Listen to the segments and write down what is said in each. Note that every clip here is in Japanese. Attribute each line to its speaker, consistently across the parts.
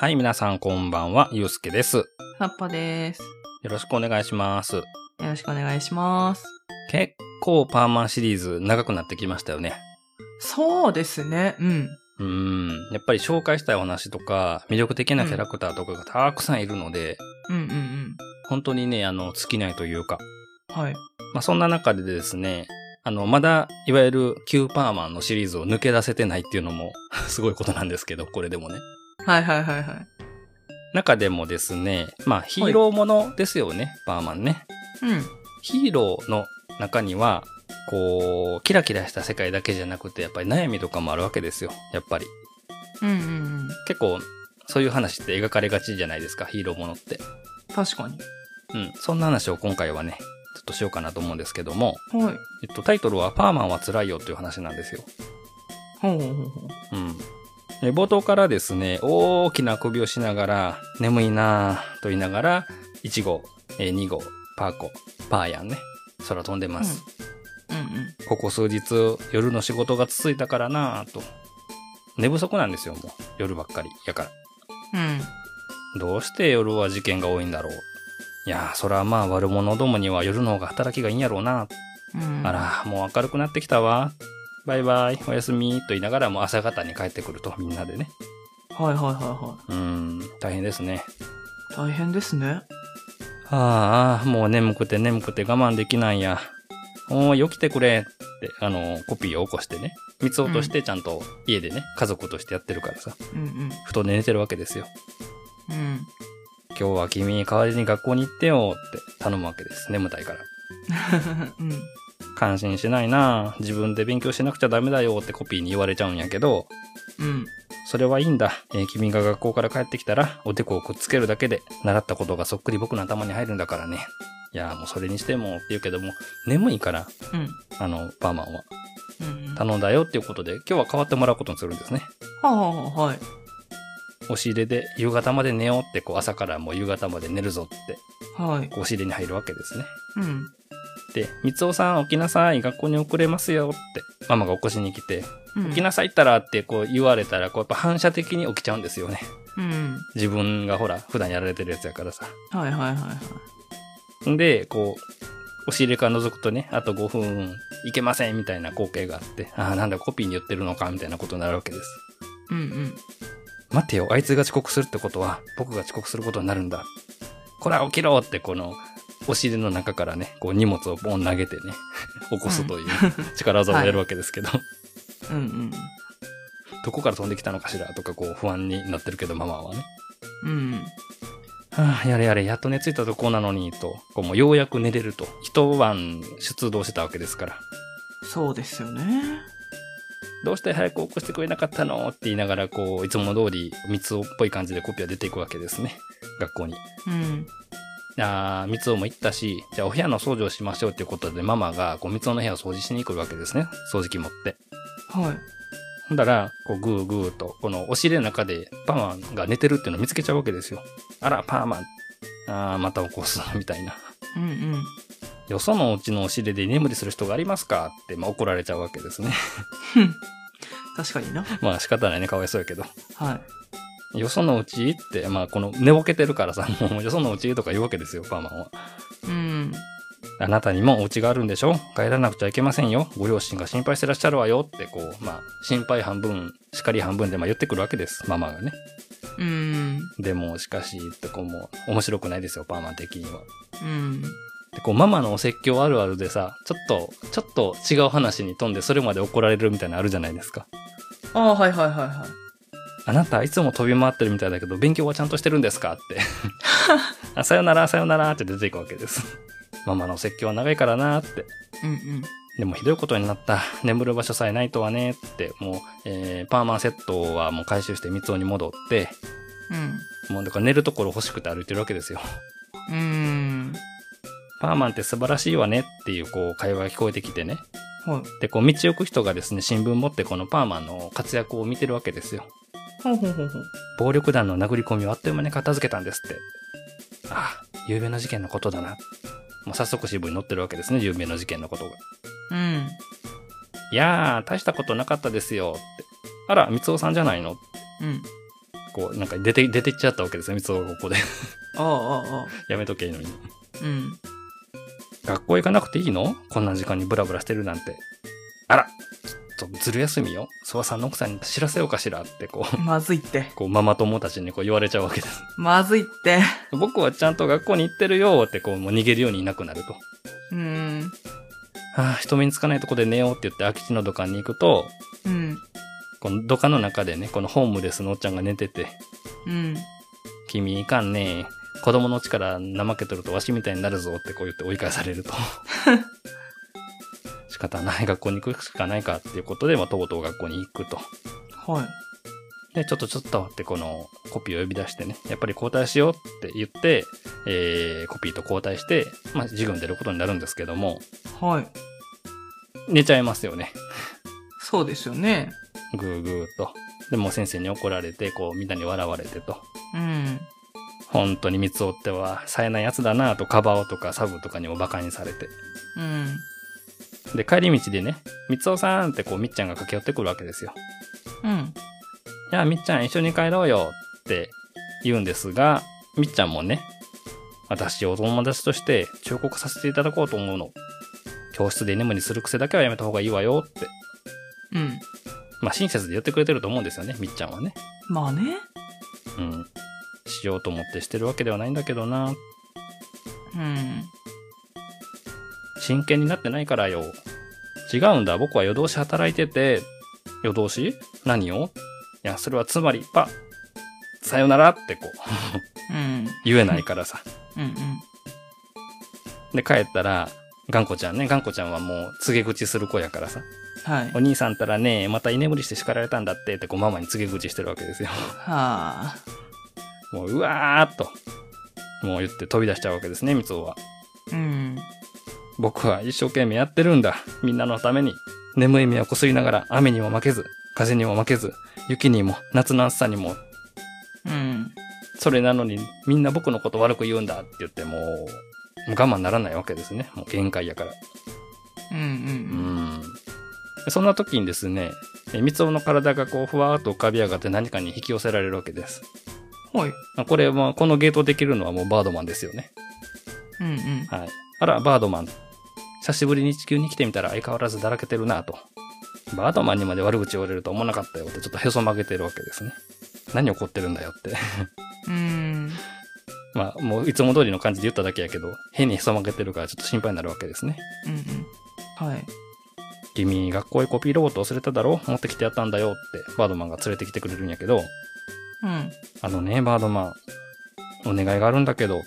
Speaker 1: はい、皆さんこんばんは、ゆうすけです。よ
Speaker 2: 葉っぱです。
Speaker 1: ろしくお願いします。
Speaker 2: よろしくお願いします。
Speaker 1: 結構パーマンシリーズ長くなってきましたよね。
Speaker 2: そうですね。うん。
Speaker 1: うーん。やっぱり紹介したいお話とか、魅力的なキャラクターとかがたくさんいるので、
Speaker 2: うんうん
Speaker 1: 本当にね、あの、尽きないというか。
Speaker 2: うん。はい。
Speaker 1: まあ、そんな中でですね、あの、まだ、いわゆる旧パーマンのシリーズを抜け出せてないっていうのも、 すごいことなんですけど、これでもね。
Speaker 2: はいはいはいはい。
Speaker 1: 中でもですね、まあ、ヒーローものですよね、パーマンね。
Speaker 2: うん。
Speaker 1: ヒーローの中には、こう、キラキラした世界だけじゃなくて、やっぱり悩みとかもあるわけですよ。やっぱり。
Speaker 2: うんうんうん。
Speaker 1: 結構、そういう話って描かれがちじゃないですか、ヒーローものって。
Speaker 2: 確かに。
Speaker 1: うん。そんな話を今回はね、ちょっとしようかなと思うんですけども、
Speaker 2: はい。
Speaker 1: えっと、タイトルは、パーマンは辛いよという話なんですよ。
Speaker 2: ほうほうほうほう。
Speaker 1: うん。で冒頭からですね、大きな首をしながら、眠いなぁと言いながら、1号、えー2号、パーコ、パーヤンね、空飛んでます。
Speaker 2: うんうん。
Speaker 1: ここ数日夜の仕事が続いたからなぁと。寝不足なんですよ、もう。夜ばっかり。やから。
Speaker 2: うん。
Speaker 1: どうして夜は事件が多いんだろう。いやー、そらまあ悪者どもには夜の方が働きがいいんやろうな。
Speaker 2: うん、
Speaker 1: あ。ら、もう明るくなってきたわ。バイバイ、おやすみ、と言いながらも朝方に帰ってくると、みんなでね。
Speaker 2: はいはいはいは
Speaker 1: うーん、大変ですね。
Speaker 2: い。大変ですね。
Speaker 1: ああ、もう眠くて眠くて我慢できないや。おーい、起きてくれって、あの、コピーを起こしてね。三つとしてちゃんと家でね、家族としてやってるからさ。
Speaker 2: うん
Speaker 1: ふと寝てるわけですよ。
Speaker 2: うん。うん。
Speaker 1: 今日は君代わりに学校に行ってよって頼むわけです。眠たいから。
Speaker 2: うん。
Speaker 1: 感心しないな自分で勉強しなくちゃダメだよってコピーに言われちゃうんやけど、
Speaker 2: うん。
Speaker 1: それはいいんだ。えー君が学校から帰ってきたら、おでこをくっつけるだけで、習ったことがそっくり僕の頭に入るんだからね。いやーもうそれにしてもって言うけども、眠いから、
Speaker 2: うん。
Speaker 1: あの、バーマンは。
Speaker 2: うん。うん。は
Speaker 1: 頼んだよっていうことで、今日は代わってもらうことにするんですね。
Speaker 2: あはあはい。
Speaker 1: 押し入れで夕方まで寝ようって、こう朝からもう夕方まで寝るぞって、
Speaker 2: はい。
Speaker 1: こう押し入れに入るわけですね。
Speaker 2: うん。
Speaker 1: で、三つさん起きなさい、学校に遅れますよって、ママが起こしに来て、
Speaker 2: うん。
Speaker 1: 起きなさいったらってこう言われたら、こうやっぱ反射的に起きちゃうんですよね。
Speaker 2: うん。
Speaker 1: 自分がほら、普段やられてるやつやからさ。
Speaker 2: はいはいはいはい。
Speaker 1: んで、こう、押し入れから覗くとね、あと5分いけませんみたいな光景があって、ああ、なんだコピーに言ってるのかみたいなことになるわけです。
Speaker 2: うんうん。
Speaker 1: 待てよ、あいつが遅刻するってことは、僕が遅刻することになるんだ。こら、起きろって、この、お尻の中からね、こう荷物をボン投げてね、 起こすという力技をやるわけですけど、
Speaker 2: うん
Speaker 1: どこから飛んできたのかしらとか、こう不安になってるけど、ママはね。
Speaker 2: うん。うん。
Speaker 1: はあ、やれやれ、やっと寝ついたとこなのに、と、こうもうようやく寝れると。一晩出動してたわけですから。
Speaker 2: そうですよね。
Speaker 1: どうして早く起こしてくれなかったのって言いながら、こう、いつも通り、三つっぽい感じでコピーは出ていくわけですね。学校に。
Speaker 2: うん。
Speaker 1: あー、三尾も行ったし、じゃあお部屋の掃除をしましょうっていうことで、ママが、こう、三尾の部屋を掃除しに来るわけですね。掃除機持って。
Speaker 2: はい。
Speaker 1: ほんだら、こう、グーグーと、この、お尻の中で、パーマンが寝てるっていうのを見つけちゃうわけですよ。あら、パーマン。あー、また起こすの、みたいな。
Speaker 2: うんうん。
Speaker 1: よそのうちのお尻で居眠りする人がありますかって、まあ、怒られちゃうわけですね。
Speaker 2: ふん確かにな。
Speaker 1: まあ、仕方ないね、かわいそうやけど。
Speaker 2: はい。
Speaker 1: よそのうちって、まあ、この、寝ぼけてるからさ、 もう、よそのうちとか言うわけですよ、パーマンは。
Speaker 2: うん。
Speaker 1: あなたにもお家があるんでしょ帰らなくちゃいけませんよ。ご両親が心配してらっしゃるわよって、こう、まあ、心配半分、叱り半分でまあ言ってくるわけです。ママがね。
Speaker 2: うん。
Speaker 1: でも、しかし、ってこうもう、面白くないですよ、パーマン的には。
Speaker 2: うん。
Speaker 1: で、こう、ママのお説教あるあるでさ、ちょっと、ちょっと違う話に飛んで、それまで怒られるみたいなのあるじゃないですか。
Speaker 2: ああ、はいはいはいはい。
Speaker 1: あなたいつも飛び回ってるみたいだけど、勉強はちゃんとしてるんですかって。あさよなら、さよならって出ていくわけです。ママのお説教は長いからなって。
Speaker 2: うんうん。
Speaker 1: でもひどいことになった。眠る場所さえないとはね、って、もう、えー、パーマンセットはもう回収して三つに戻って、
Speaker 2: うん。
Speaker 1: もうだから寝るところ欲しくて歩いてるわけですよ。
Speaker 2: うーん。
Speaker 1: パーマンって素晴らしいわねっていうこう会話が聞こえてきてね。
Speaker 2: はい。
Speaker 1: で、こう道行く人がですね、新聞持ってこのパーマンの活躍を見てるわけですよ。
Speaker 2: ほうほうほうほう。
Speaker 1: 暴力団の殴り込みをあっという間に片付けたんですって。ああ、有名な事件のことだな。もう早速新聞に載ってるわけですね、有名な事件のことが。
Speaker 2: うん。
Speaker 1: いやー、大したことなかったですよって。あら、三尾さんじゃないの
Speaker 2: うん。
Speaker 1: こう、なんか出て、出てっちゃったわけですよ。三つ男がここで。
Speaker 2: おうおうおう。
Speaker 1: やめとけいいのに。
Speaker 2: うん。
Speaker 1: 学校行かなくていいのこんな時間にブラブラしてるなんて。あら、ちょっとずる休みよ。諏訪さんの奥さんに知らせようかしらって、こう、
Speaker 2: まずいって。
Speaker 1: こうママ友たちにこう言われちゃうわけです。
Speaker 2: まずいって。
Speaker 1: 僕はちゃんと学校に行ってるよって、こう、もう逃げるようにいなくなると。
Speaker 2: うん。
Speaker 1: ああ、人目につかないとこで寝ようって言って、空き地の土管に行くと、
Speaker 2: うん。
Speaker 1: この土管の中でね、このホームレスのおっちゃんが寝てて、
Speaker 2: うん。
Speaker 1: 君いかんね子供の力怠けとるとわしみたいになるぞってこう言って追い返されると。仕方ない学校に行くしかないかっていうことで、まあ、とうとう学校に行くと。
Speaker 2: はい。
Speaker 1: で、ちょっとちょっとってこのコピーを呼び出してね、やっぱり交代しようって言って、えー、コピーと交代して、まあ、授業に出ることになるんですけども、
Speaker 2: はい。
Speaker 1: 寝ちゃいますよね。
Speaker 2: そうですよね。
Speaker 1: ぐーぐーっと。で、もう先生に怒られて、こう、みんなに笑われてと。
Speaker 2: うん。
Speaker 1: 本当に三つっては、冴えないやつだなと、カバオとかサブとかにも馬鹿にされて。
Speaker 2: うん。
Speaker 1: で、帰り道でね、三つさんってこう、みっちゃんが駆け寄ってくるわけですよ。
Speaker 2: うん。
Speaker 1: いや、みっちゃん一緒に帰ろうよって言うんですが、みっちゃんもね、私をお友達として忠告させていただこうと思うの。教室で居眠りする癖だけはやめた方がいいわよって。
Speaker 2: うん。
Speaker 1: まあ、親切で言ってくれてると思うんですよね、みっちゃんはね。
Speaker 2: まあね。
Speaker 1: うん。しようと思ってしてるわけではないんだけどな。
Speaker 2: うん。
Speaker 1: 真剣になってないからよ。違うんだ、僕は夜通し働いてて。夜通し何をいや、それはつまり、パさよならってこう、
Speaker 2: うん。
Speaker 1: 言えないからさ。
Speaker 2: うん。
Speaker 1: で、帰ったら、頑固ちゃんね、頑固ちゃんはもう告げ口する子やからさ。
Speaker 2: はい。
Speaker 1: お
Speaker 2: は
Speaker 1: 兄さんたらね、また居眠りして叱られたんだって、ってこうママに告げ口してるわけですよ。
Speaker 2: あ。
Speaker 1: もう、うわーっと。もう言って飛び出しちゃうわけですね、みつおは。
Speaker 2: うん。
Speaker 1: 僕は一生懸命やってるんだ。みんなのために。眠い目をこすりながら雨にも負けず、風にも負けず、雪にも夏の暑さにも、
Speaker 2: うん。
Speaker 1: それなのにみんな僕のこと悪く言うんだって言ってもう、もう我慢ならないわけですね。もう限界やから。
Speaker 2: うん。う。
Speaker 1: うんん。そんな時にですね、え三つおの体がこうふわーっと浮かび上がって何かに引き寄せられるわけです。
Speaker 2: はい。
Speaker 1: まあこれは、このゲートできるのはもうバードマンですよね。
Speaker 2: うん。うん。
Speaker 1: はい。あら、バードマン。久しぶりに地球に来てみたら相変わらずだらけてるなと。バードマンにまで悪口言われると思わなかったよってちょっとへそ曲げてるわけですね。何怒ってるんだよって。
Speaker 2: うん。
Speaker 1: まあ、もういつも通りの感じで言っただけやけど、変にへそ曲げてるからちょっと心配になるわけですね。
Speaker 2: うん。うん。はい。
Speaker 1: 君、学校へコピーロボット忘れただろ持ってきてやったんだよって、バードマンが連れてきてくれるんやけど、
Speaker 2: うん。
Speaker 1: あのね、バードマン、お願いがあるんだけど、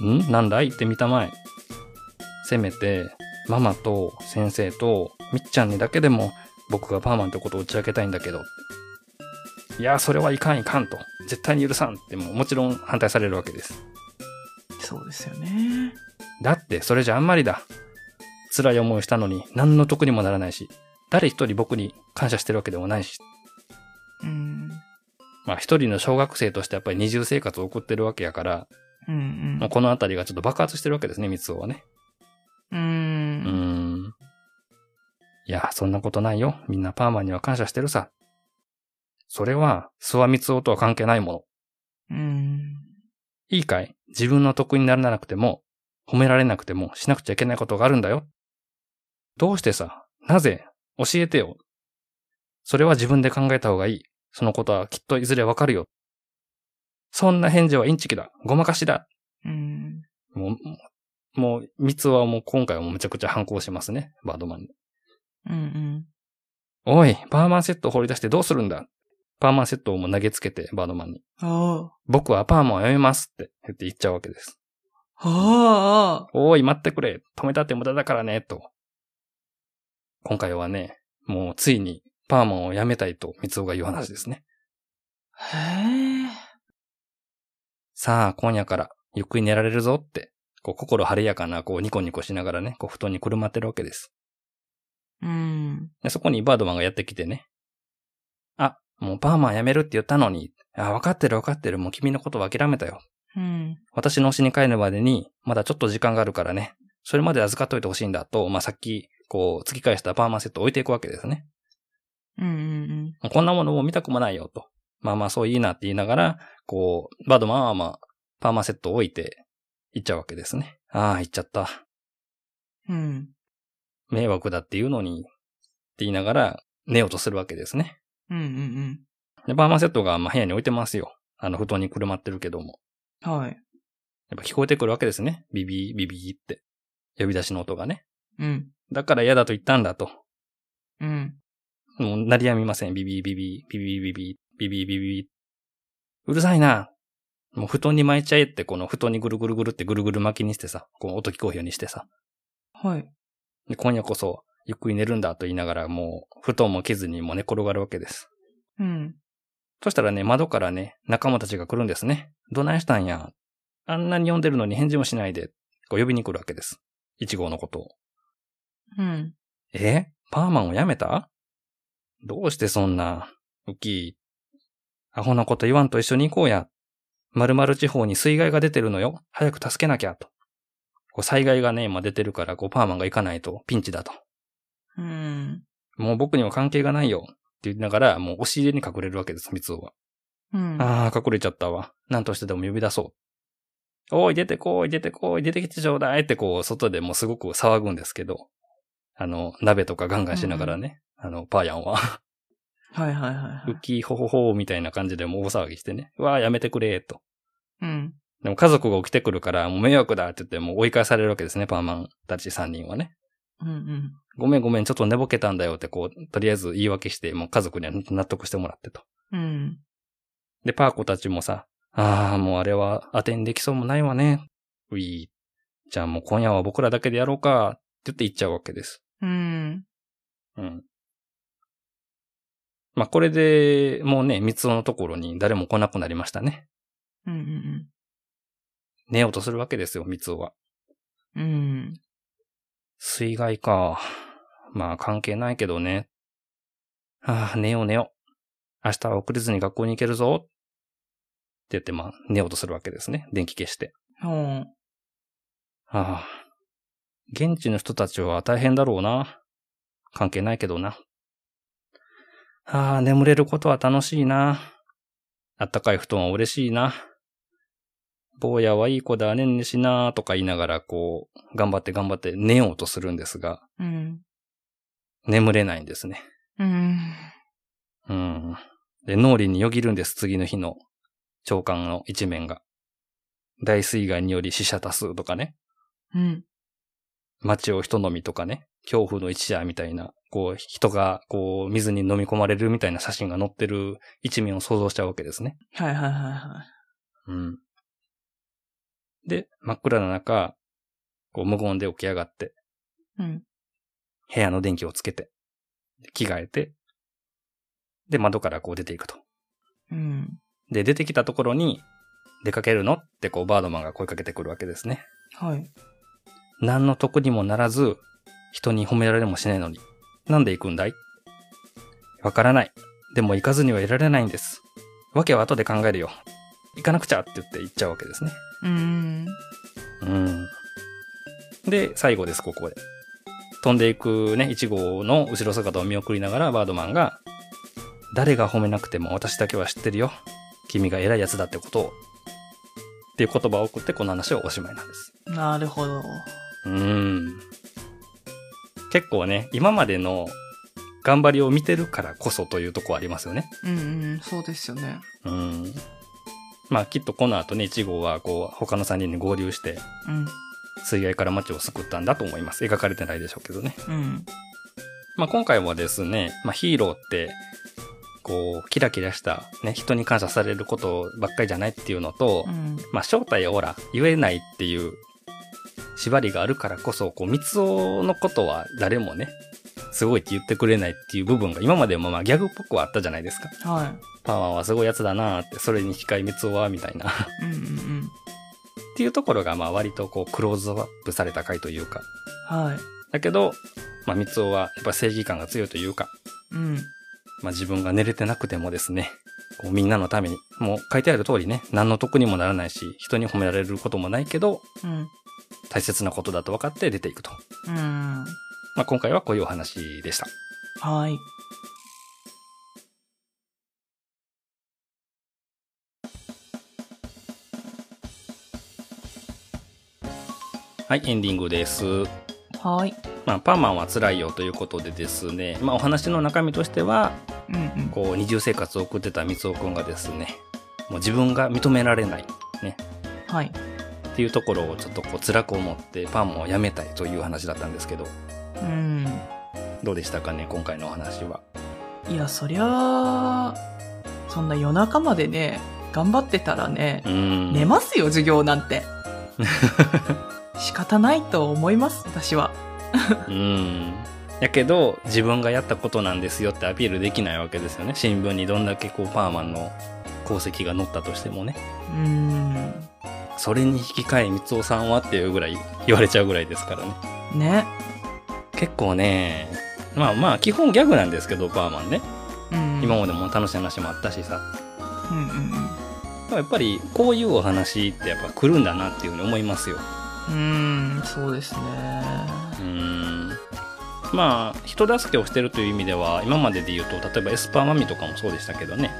Speaker 2: うん。
Speaker 1: んなんだいってみたまえ。せめて、ママと先生とみっちゃんにだけでも僕がパーマンってことを打ち明けたいんだけど。いや、それはいかんいかんと。絶対に許さんってもうもちろん反対されるわけです。
Speaker 2: そうですよね。
Speaker 1: だって、それじゃあんまりだ。辛い思いしたのに何の得にもならないし、誰一人僕に感謝してるわけでもないし。
Speaker 2: うん。
Speaker 1: まあ一人の小学生としてやっぱり二重生活を送ってるわけやから、
Speaker 2: うん。
Speaker 1: もうこのあたりがちょっと爆発してるわけですね、三つはね。
Speaker 2: う
Speaker 1: うー
Speaker 2: ん。
Speaker 1: ん。いや、そんなことないよ。みんなパーマンには感謝してるさ。それは、諏訪光夫とは関係ないもの。
Speaker 2: うん。
Speaker 1: いいかい自分の得にならなくても、褒められなくても、しなくちゃいけないことがあるんだよ。どうしてさ、なぜ、教えてよ。それは自分で考えた方がいい。そのことはきっといずれわかるよ。そんな返事はインチキだ。ごまかしだ。
Speaker 2: うん。
Speaker 1: もう、もう、三つはもう今回はもうめちゃくちゃ反抗しますね。バードマンに。
Speaker 2: うん。
Speaker 1: おい、バーマンセットを掘り出してどうするんだバーマンセットをもう投げつけて、バードマンに。
Speaker 2: あ
Speaker 1: 僕はパーマンをやめますって言って言っちゃうわけです。
Speaker 2: あ。ああ。
Speaker 1: おい、待ってくれ。止めたって無駄だからね、と。今回はね、もうついにパーマンをやめたいと三つが言う話ですね。
Speaker 2: へえ。
Speaker 1: さあ、今夜からゆっくり寝られるぞって、こう心晴れやかな、こうニコニコしながらね、こう布団にくるまってるわけです。
Speaker 2: うん。
Speaker 1: でそこにバードマンがやってきてね。あ、もうパーマンやめるって言ったのに。あ、わかってるわかってる。もう君のことは諦めたよ。
Speaker 2: うん。
Speaker 1: 私の推しに帰るまでに、まだちょっと時間があるからね。それまで預かっといてほしいんだと、まあ、さっき、こう、突き返したパーマンセットを置いていくわけですね。
Speaker 2: うん。うん。
Speaker 1: こんなものもう見たくもないよ、と。まあまあそういいなって言いながら、こう、バドマンはまあ、パーマセットを置いて行っちゃうわけですね。ああ、行っちゃった。
Speaker 2: うん。
Speaker 1: 迷惑だっていうのに、って言いながら寝ようとするわけですね。
Speaker 2: うんうん
Speaker 1: で、パーマセットがまあ部屋に置いてますよ。あの、布団にくるまってるけども。
Speaker 2: うん。はい。
Speaker 1: やっぱ聞こえてくるわけですね。ビビー、ビビーって。呼び出しの音がね。
Speaker 2: うん。
Speaker 1: だから嫌だと言ったんだと。
Speaker 2: うん。
Speaker 1: もう鳴りやみません。ビビービビー、ビビービビー、ビビービビー。うるさいな。もう布団に巻いちゃえって、この布団にぐるぐるぐるってぐるぐる巻きにしてさ、こう音聞こえようにしてさ。
Speaker 2: はい。
Speaker 1: で、今夜こそ、ゆっくり寝るんだと言いながら、もう、布団も着ずにもう寝転がるわけです。
Speaker 2: うん。
Speaker 1: そしたらね、窓からね、仲間たちが来るんですね。どないしたんや。あんなに呼んでるのに返事もしないで、こう呼びに来るわけです。一号のことを。
Speaker 2: うん。
Speaker 1: えパーマンを辞めたどうしてそんな、ウキアホなこと言わんと一緒に行こうや。〇〇地方に水害が出てるのよ。早く助けなきゃ、と。こう災害がね、今出てるから、こうパーマンが行かないとピンチだと。
Speaker 2: うん。
Speaker 1: もう僕には関係がないよ。って言いながら、もう押し入れに隠れるわけです、三つは。
Speaker 2: うん。
Speaker 1: ああ、隠れちゃったわ。なんとしてでも呼び出そう。おい、出てこい、出てこい、出てきてちょうだいってこう、外でもうすごく騒ぐんですけど、あの、鍋とかガンガンしながらね、あの、パーヤン は、
Speaker 2: はいはいはいは
Speaker 1: ウ
Speaker 2: い。
Speaker 1: キほほほみたいな感じでもう大騒ぎしてね、うわあ、やめてくれ、と。
Speaker 2: うん。
Speaker 1: でも家族が起きてくるから、もう迷惑だって言って、もう追い返されるわけですね、パーマンたち3人はね。
Speaker 2: うんうん。
Speaker 1: ごめんごめん、ちょっと寝ぼけたんだよってこう、とりあえず言い訳して、もう家族には納得してもらってと。
Speaker 2: うん。
Speaker 1: で、パーコたちもさ、ああ、もうあれは当てにできそうもないわね。うい。じゃあもう今夜は僕らだけでやろうか、って言って行っちゃうわけです。
Speaker 2: うん。
Speaker 1: うん。まあ、これで、もうね、三つのところに誰も来なくなりましたね。
Speaker 2: うんうん
Speaker 1: 寝ようとするわけですよ、三つは。
Speaker 2: うん。うん。
Speaker 1: 水害か。まあ、関係ないけどね。ああ、寝よう寝よう。明日は遅れずに学校に行けるぞ。って言って、まあ、寝ようとするわけですね。電気消して。
Speaker 2: ほう。
Speaker 1: ああ。現地の人たちは大変だろうな。関係ないけどな。ああ、眠れることは楽しいな。あったかい布団は嬉しいな。坊やはいい子だねんねしなとか言いながらこう、頑張って頑張って寝ようとするんですが、
Speaker 2: うん。
Speaker 1: 眠れないんですね。
Speaker 2: うん。
Speaker 1: うん。で、脳裏によぎるんです、次の日の長官の一面が。大水害により死者多数とかね。
Speaker 2: うん。
Speaker 1: 街を人飲みとかね、恐怖の一夜みたいな、こう、人が、こう、水に飲み込まれるみたいな写真が載ってる一面を想像しちゃうわけですね。
Speaker 2: はいはいはいは
Speaker 1: うん。で、真っ暗な中、こう、無言で起き上がって、
Speaker 2: い。うん。
Speaker 1: 部屋の電気をつけて、で着替えて、で、窓からこう出ていくと。
Speaker 2: うん。
Speaker 1: で、出てきたところに、出かけるのってこう、バードマンが声かけてくるわけですね。
Speaker 2: はい。
Speaker 1: 何の得にもならず、人に褒められもしないのに。なんで行くんだいわからない。でも行かずにはいられないんです。わけは後で考えるよ。行かなくちゃって言って行っちゃうわけですね。
Speaker 2: うん。
Speaker 1: うん。で、最後です、ここで。飛んでいくね、1号の後ろ姿を見送りながら、バードマンが、誰が褒めなくても私だけは知ってるよ。君が偉いやつだってことを。っていう言葉を送って、この話はおしまいなんです。
Speaker 2: なるほど。
Speaker 1: うーん。結構ね、今までの頑張りを見てるからこそというとこありますよね。
Speaker 2: うんうん。そうですよね。
Speaker 1: うん。まあきっとこの後ね、1号はこう、他の3人に合流して、
Speaker 2: うん。
Speaker 1: 水害から街を救ったんだと思います。描かれてないでしょうけどね。
Speaker 2: うん。
Speaker 1: まあ今回はですね、まあヒーローって、こう、キラキラした、ね、人に感謝されることばっかりじゃないっていうのと、
Speaker 2: うん。
Speaker 1: まあ、正体をほら、言えないっていう縛りがあるからこそ、こう、三つのことは誰もね、すごいって言ってくれないっていう部分が今までもまあギャグっぽくはあったじゃないですか。
Speaker 2: は
Speaker 1: パーマンはすごいやつだなーって、それに控え三つは、みたいな。っ
Speaker 2: い。うんうんうん。
Speaker 1: ていうところがまあ割とこうクローズアップされた回というか。
Speaker 2: はい。
Speaker 1: だけど、まあ三つはやっぱ正義感が強いというか、
Speaker 2: うん。
Speaker 1: まあ自分が寝れてなくてもですね、こうみんなのために、もう書いてある通りね、何の得にもならないし、人に褒められることもないけど、
Speaker 2: うん。
Speaker 1: 大切なことだと分かって出ていくと。
Speaker 2: うん。
Speaker 1: まあ、今回はこういうお話でした。
Speaker 2: はい。
Speaker 1: はい、エンディングです。
Speaker 2: はい。
Speaker 1: まあ、パーマンは辛いよということでですね、まあ、お話の中身としては、
Speaker 2: うんうん。
Speaker 1: こう、二重生活を送ってた三尾くんがですね、もう自分が認められない
Speaker 2: はい。
Speaker 1: っていうところをちょっとこう辛く思ってパーマンを辞めたいという話だったんですけど、
Speaker 2: うん。
Speaker 1: どうでしたかね、今回のお話は。
Speaker 2: いや、そりゃあ、そんな夜中までね、頑張ってたらね
Speaker 1: う、ん。
Speaker 2: 寝ますよ、授業なん て。仕方ないと思います、私は。
Speaker 1: うん。やけど、自分がやったことなんですよってアピールできないわけですよね。新聞にどんだけこうパーマンの功績が載ったとしてもね。
Speaker 2: うん。
Speaker 1: それに引き換え三尾さんはっていうぐらい言われちゃうぐらいですからね。
Speaker 2: ね。
Speaker 1: 結構ね、まあまあ基本ギャグなんですけど、パーマンね。
Speaker 2: うん。
Speaker 1: 今までも楽しい話もあったしさ。
Speaker 2: うんうん
Speaker 1: でもやっぱりこういうお話ってやっぱ来るんだなっていうふうに思いますよ。
Speaker 2: うん。うん、そうですね。
Speaker 1: うーん。まあ人助けをしてるという意味では今までで言うと例えばエスパーマミとかもそうでしたけどね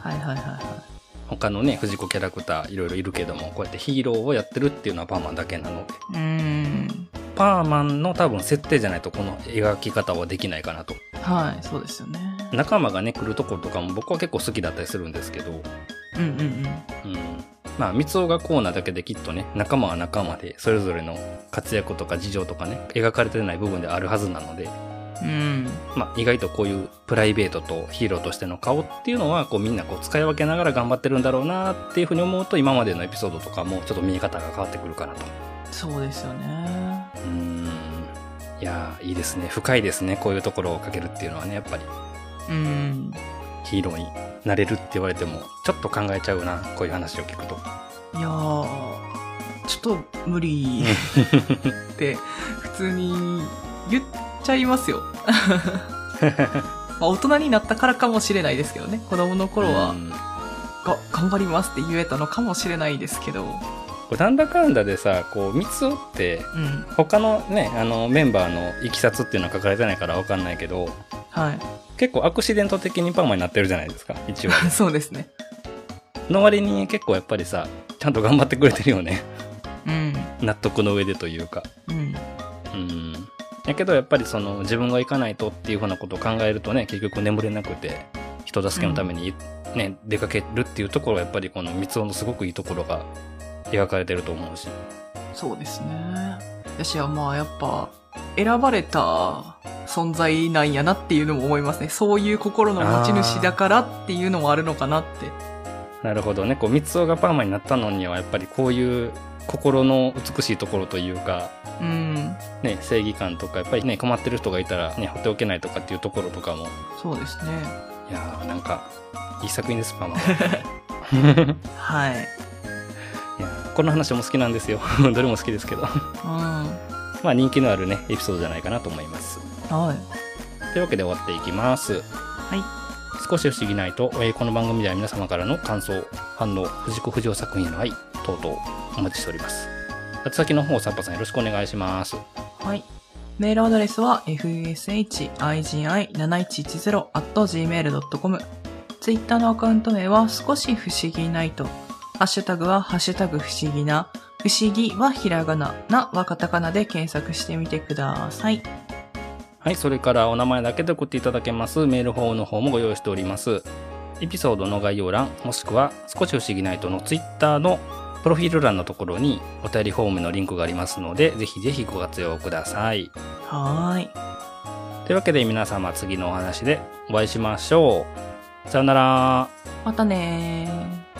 Speaker 2: はいはいはいは
Speaker 1: 他のね藤子キャラクターいろいろいるけどもこうやってヒーローをやってるっていうのはパーマンだけなので
Speaker 2: い。うん。
Speaker 1: パーマンの多分設定じゃないとこの描き方はできないかなと
Speaker 2: はい、そうですよね。
Speaker 1: 仲間がね来るところとかも僕は結構好きだったりするんですけど、
Speaker 2: うんうん
Speaker 1: う
Speaker 2: うん。
Speaker 1: ん、まあ三尾がこうなだけできっとね仲間は仲間でそれぞれの活躍とか事情とかね描かれてない部分であるはずなので、
Speaker 2: うん。
Speaker 1: まあ、意外とこういうプライベートとヒーローとしての顔っていうのはこうみんなこう使い分けながら頑張ってるんだろうなっていうふうに思うと今までのエピソードとかもちょっと見え方が変わってくるかなと
Speaker 2: そうですよね。
Speaker 1: うーんいやーいいですね深いですねこういうところをかけるっていうのはねやっぱり
Speaker 2: うん。
Speaker 1: ヒーローになれるって言われてもちょっと考えちゃうなこういう話を聞くと
Speaker 2: いやー、ちょっと無理って普通に言っちゃいますよ。まあ大人になったからかもしれないですけどね。子供の頃は、
Speaker 1: うん
Speaker 2: が頑張りますって言えたのかもしれないですけど。
Speaker 1: こうなんだかんだでさこう三つって
Speaker 2: うん。
Speaker 1: 他のねあのメンバーのいきさつっていうのは書かれてないから分かんないけど
Speaker 2: はい。
Speaker 1: 結構アクシデント的にパーマになってるじゃないですか一応
Speaker 2: そうですね。
Speaker 1: の割に結構やっぱりさちゃんと頑張ってくれてるよね
Speaker 2: うん。
Speaker 1: 納得の上でというか
Speaker 2: うん。
Speaker 1: うんやけどやっぱりその自分が行かないとっていうふうなことを考えるとね結局眠れなくて人助けのために、ね出かけるっていうところはやっぱりこの三尾のすごくいいところが描かれてると思うし
Speaker 2: そうですね。私はまあやっぱ、選ばれた存在なんやなっていうのも思いますね。そういう心の持ち主だからっていうのもあるのかなって。
Speaker 1: なるほどねこう三尾がパーマになったのにはやっぱりこういう心の美しいところというか
Speaker 2: うん。
Speaker 1: ね、正義感とかやっぱりね困ってる人がいたらね放っておけないとかっていうところとかも
Speaker 2: そうですね。
Speaker 1: いやーなんかいい作品ですパーマは
Speaker 2: はい。
Speaker 1: いやーこの話も好きなんですよ どれも好きですけど
Speaker 2: うん。は
Speaker 1: まあ人気のあるねエピソードじゃないかなと思います
Speaker 2: い。
Speaker 1: というわけで終わっていきます
Speaker 2: い
Speaker 1: 少し不思議ないと、えーこの番組では皆様からの感想反応藤子不二雄作品への愛等々お待ちしております宛先の方サッパさんよろしくお願いします
Speaker 2: はい。メールアドレスは fushigi7110.gmail.com。ツイッターのアカウント名は少し不思議ないと。ハッシュタグはハッシュタグ不思議な。不思議はひらがな。なはカタカナで検索してみてください。
Speaker 1: はい、それからお名前だけで送っていただけますメールフォームの方もご用意しております。エピソードの概要欄、もしくは少し不思議ナイトの Twitter のプロフィール欄のところにお便りフォームのリンクがありますので、ぜひぜひご活用ください。
Speaker 2: はーい。
Speaker 1: というわけで皆様次のお話でお会いしましょう。さよなら。
Speaker 2: またねー。